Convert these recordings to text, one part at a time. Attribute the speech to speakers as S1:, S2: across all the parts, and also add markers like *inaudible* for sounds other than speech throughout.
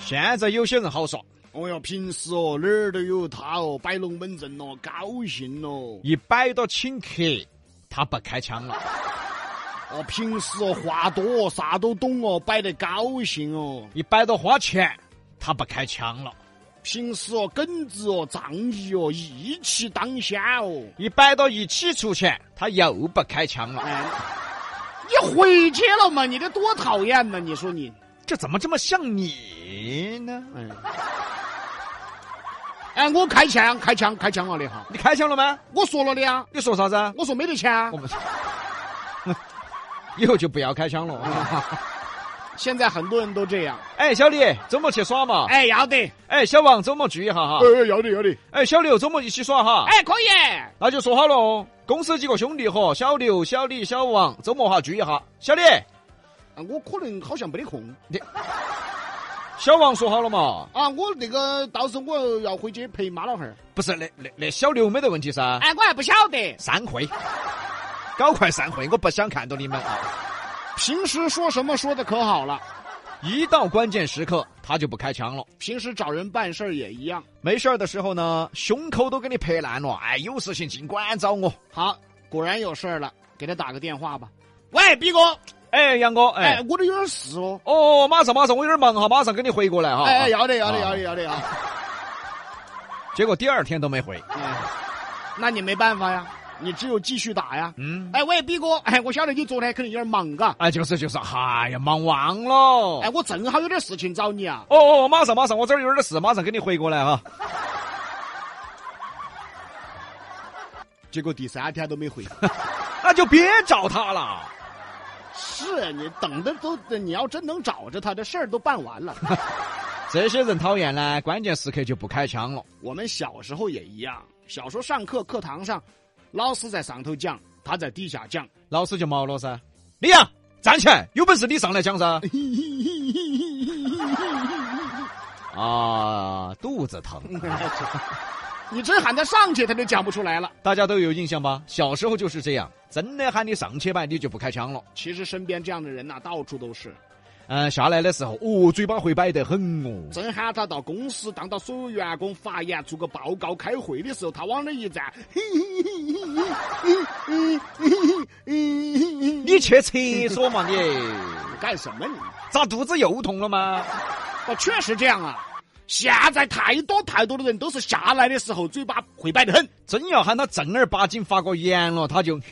S1: 现在有些人好耍，
S2: 哦哟，平时哦哪儿都有他哦，摆龙门阵哦，高兴哦。
S1: 一摆到请客，他不开枪了。
S2: 哦，平时哦话多，啥都懂哦，摆得高兴哦。
S1: 一摆到花钱，他不开枪了；
S2: 平时哦耿直哦，仗义哦，义气当先哦。
S1: 一摆到一起出钱，他又不开枪了。
S2: 哎，你回去了嘛？你这多讨厌呐！你说你，
S1: 这怎么这么像你呢？
S2: 哎，哎，我开枪，开枪，开枪了的哈！
S1: 你开枪了吗？
S2: 我说了的呀，
S1: 你说啥子啊？
S2: 我说没得钱啊
S1: 我。们 *laughs* 以后就不要开枪了。 *laughs*
S2: 现在很多人都这样。
S1: 哎，小李，周末去耍嘛？
S2: 哎，要得，
S1: 哎，小王，周末聚一下哈。
S2: 哎，要得，要得。
S1: 哎，小刘，周末一起耍哈。
S2: 哎，可以。
S1: 那就说好了哦，公司几个兄弟伙，小刘、小李、小王，周末哈聚一下。小李、
S2: 我可能好像没得空
S1: 小王说好了嘛？
S2: 啊，我那个到时候我要回去陪妈老汉儿。
S1: 不是，那那那小刘没得问题噻。
S2: 哎，我还不晓得。
S1: 散会，搞快散会，我不想看到你们啊！
S2: 平时说什么说的可好了，
S1: 一到关键时刻，他就不开枪了。
S2: 平时找人办事儿也一样。
S1: 没事儿的时候呢，胸口都给你拍烂了。哎，有事情尽管找我。
S2: 好，果然有事儿了，给他打个电话吧。喂，逼哥，
S1: 哎，杨哥，哎，
S2: 哎，我这有点事哦。
S1: 哦，马上马上，我有点忙哈，马上给你回过来哈。
S2: 哎，哎要得，要得，
S1: 啊
S2: 要得，要得啊！
S1: 结果第二天都没回。
S2: 哎那你没办法呀，你只有继续打呀。
S1: 嗯，
S2: 哎，喂，逼哥，哎，我晓得你昨天肯定有点忙，嘎。
S1: 哎，就是就是，哎呀，忙忘了。哦
S2: 哎，我正好有点事情找你啊。
S1: 哦哦，马上马上，我这儿有点事，马上给你回过来哈。
S2: 结果第三天都没回。
S1: 那就别找他了。
S2: 是你等的都，你要真能找着他，这事儿都办完了。
S1: 这些人讨厌呢，关键时刻就不开枪了。
S2: 我们小时候也一样，小时候上课课堂上，老师在上头讲，他在底下讲。
S1: 老师就毛了噻。李阳，站起来，有本事你上来讲 *laughs* 噻。啊，肚子疼，
S2: 你真喊他上去，他就讲不出来了。
S1: 大家都有印象吧？小时候就是这样，真的喊你上去吧，你就不开枪了。
S2: 其实身边这样的人呐、到处都是。
S1: 嗯、下来的时候，哦，嘴巴会摆得很哦。
S2: 真喊他到公司当到所有员工发言、做个报告、开会的时候，他往那一站，
S1: 你去厕所嘛你？
S2: 干什么你？
S1: *laughs* 咋肚子又痛了吗？
S2: 哦，确实这样啊。现在太多太多的人都是下来的时候嘴巴会摆得很。
S1: 真要喊他正儿八经发个言了，他就 *laughs*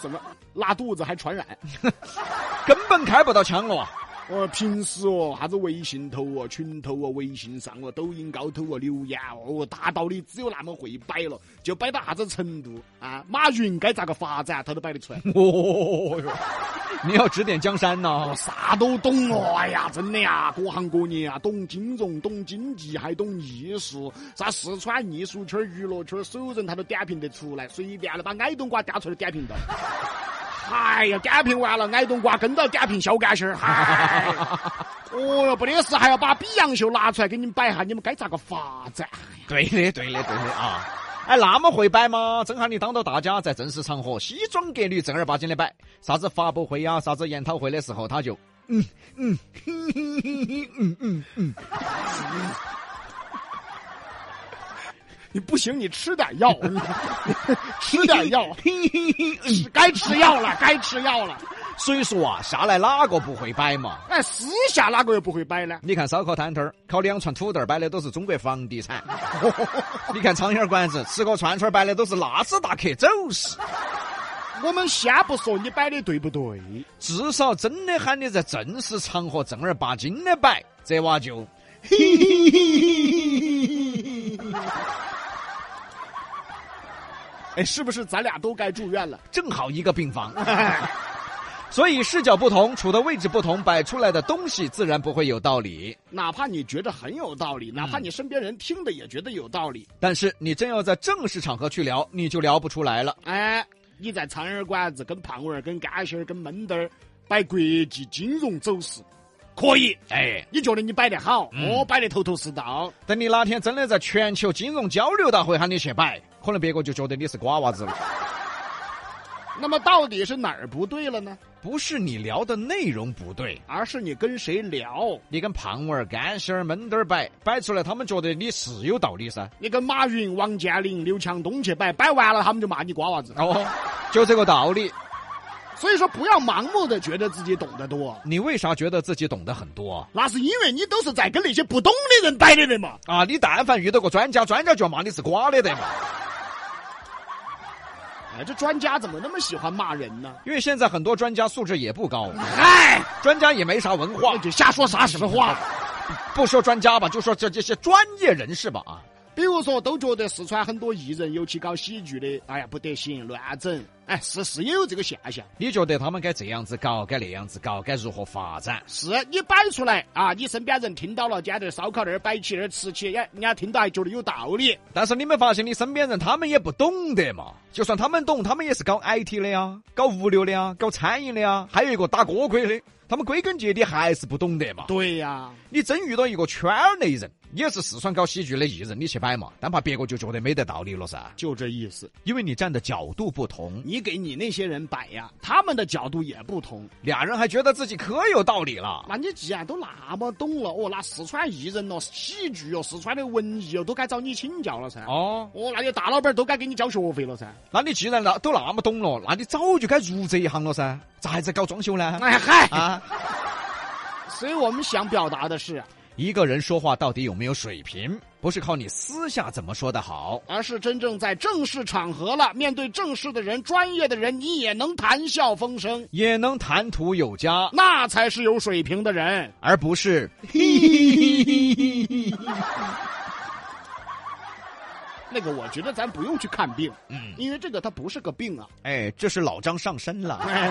S2: 怎么拉肚子还传染？
S1: 根本开不到枪了啊。 *laughs*
S2: 哦，平时哦，啥子微信头哦、群头哦、微信上哦、抖音高头哦、留言哦，大道理只有那么会摆了，就摆到啥子程度啊？马云该咋个发展，他都摆得出来。
S1: 哦哟，你要指点江山呐、
S2: 哦，啥都懂哦！哎呀，真的呀，各行各业啊，懂金融，懂经济，还懂艺术，啥四川艺术圈、娱乐圈，所有人他都点评得出来，随便了把矮冬瓜调出来点评到。哎呀，点评完了，矮冬瓜跟到点评小干心儿。嗨，哦哟，不得事还要把比洋秀拿出来给你们摆一下，你们该咋个啊发展？
S1: *laughs* 对的，对的，对的啊！哎，那么会摆吗？真喊你当着大家在正式场合西装革履、正儿八经的摆，啥子发布会呀、啊啥子研讨会的时候，他就 *laughs* 嗯嗯哼哼哼哼嗯嗯嗯，
S2: 你不行，你吃点药， *laughs* 吃点药，
S1: 嘿嘿嘿嗯。
S2: 该吃药了，该吃药了。
S1: 所以说啊，下来哪个不会摆嘛？
S2: 哎，私下哪个又不会摆呢？
S1: 你看烧烤摊摊儿，烤两串土豆儿摆的都是中国房地产； *laughs* 你看苍蝇馆子，吃个串串儿摆的都是纳斯达克走势。
S2: 我们先不说你摆的对不对，
S1: 至少真的喊你在正式场合正儿八经的摆，这娃就 *laughs*
S2: 哎，是不是咱俩都该住院了？
S1: 正好一个病房。 *laughs* 所以视角不同，处的位置不同，摆出来的东西自然不会有道理。
S2: 哪怕你觉得很有道理，哪怕你身边人听的也觉得有道理，
S1: 但是你真要在正式场合去聊，你就聊不出来了。
S2: 哎，你在苍蝇馆子、跟胖娃儿、跟干心儿、跟闷墩儿摆国际金融走势，可以，
S1: 哎，
S2: 你觉得你摆得好，我摆得头头是道，
S1: 等你哪天真的在全球金融交流大会喊你去摆，可能别个就觉得你是瓜娃子了。
S2: 那么到底是哪儿不对了呢？
S1: 不是你聊的内容不对，
S2: 而是你跟谁聊，
S1: 你跟胖娃儿、干仙儿、闷墩儿摆摆出来，他们觉得你是有道理噻。
S2: 你跟马云、王健林、刘强东去摆，摆完了他们就骂你瓜娃子。
S1: 哦，就这个道理。
S2: 所以说，不要盲目的觉得自己懂得多，
S1: 你为啥觉得自己懂得很多
S2: 那是因为你都是在跟那些不懂的人摆的人嘛。
S1: 啊？你但凡遇到个专家，专家就要骂你是瓜的得嘛。
S2: 哎，这专家怎么那么喜欢骂人呢？
S1: 因为现在很多专家素质也不高，
S2: 哎，
S1: 专家也没啥文化
S2: 我。就哎瞎说啥实话。
S1: 不说专家吧，就说这这些专业人士吧啊。
S2: 比如说，都觉得四川很多艺人，尤其搞喜剧的，哎呀不得行，乱整。哎，事实也有这个现象。
S1: 你觉得他们该这样子搞，该那样子搞，该如何发展？
S2: 是你摆出来啊，你身边人听到了，今天这烧烤那儿摆起那儿吃起，哎，人家听到还觉得有道理。
S1: 但是你没发现你身边人他们也不懂得嘛？就算他们懂，他们也是搞 IT 的呀，搞物流的呀，搞餐饮的呀，还有一个打锅盔的，他们归根结底还是不懂得嘛。
S2: 对呀、
S1: 你真遇到一个圈内人，也是四川搞喜剧的艺人，你去摆嘛，但怕别个就觉得没得道理了噻，
S2: 就这意思。
S1: 因为你站的角度不同，
S2: 你给你那些人摆呀，他们的角度也不同。
S1: 俩人还觉得自己可有道理了。
S2: 那你既然都那么懂了，哦，那四川艺人咯、喜剧哦哟、四川的文艺哦哟，都该找你请教了噻。哦，
S1: 哦，
S2: 那些大老板都该给你交学费了噻。
S1: 那你既然那都那么懂了，那你早就该入这一行了噻，咋还在搞装修
S2: *laughs*
S1: 呢？
S2: 哎嗨，
S1: 啊，
S2: 所以我们想表达的是，
S1: 一个人说话到底有没有水平，不是靠你私下怎么说的好。
S2: 而是真正在正式场合了，面对正式的人、专业的人，你也能谈笑风生，
S1: 也能谈吐有加，
S2: 那才是有水平的人。
S1: 而不是
S2: 那个，我觉得咱不用去看病，
S1: 嗯， *laughs*
S2: 因为这个它不是个病啊。
S1: 哎，这是老张上身了。
S2: 哎，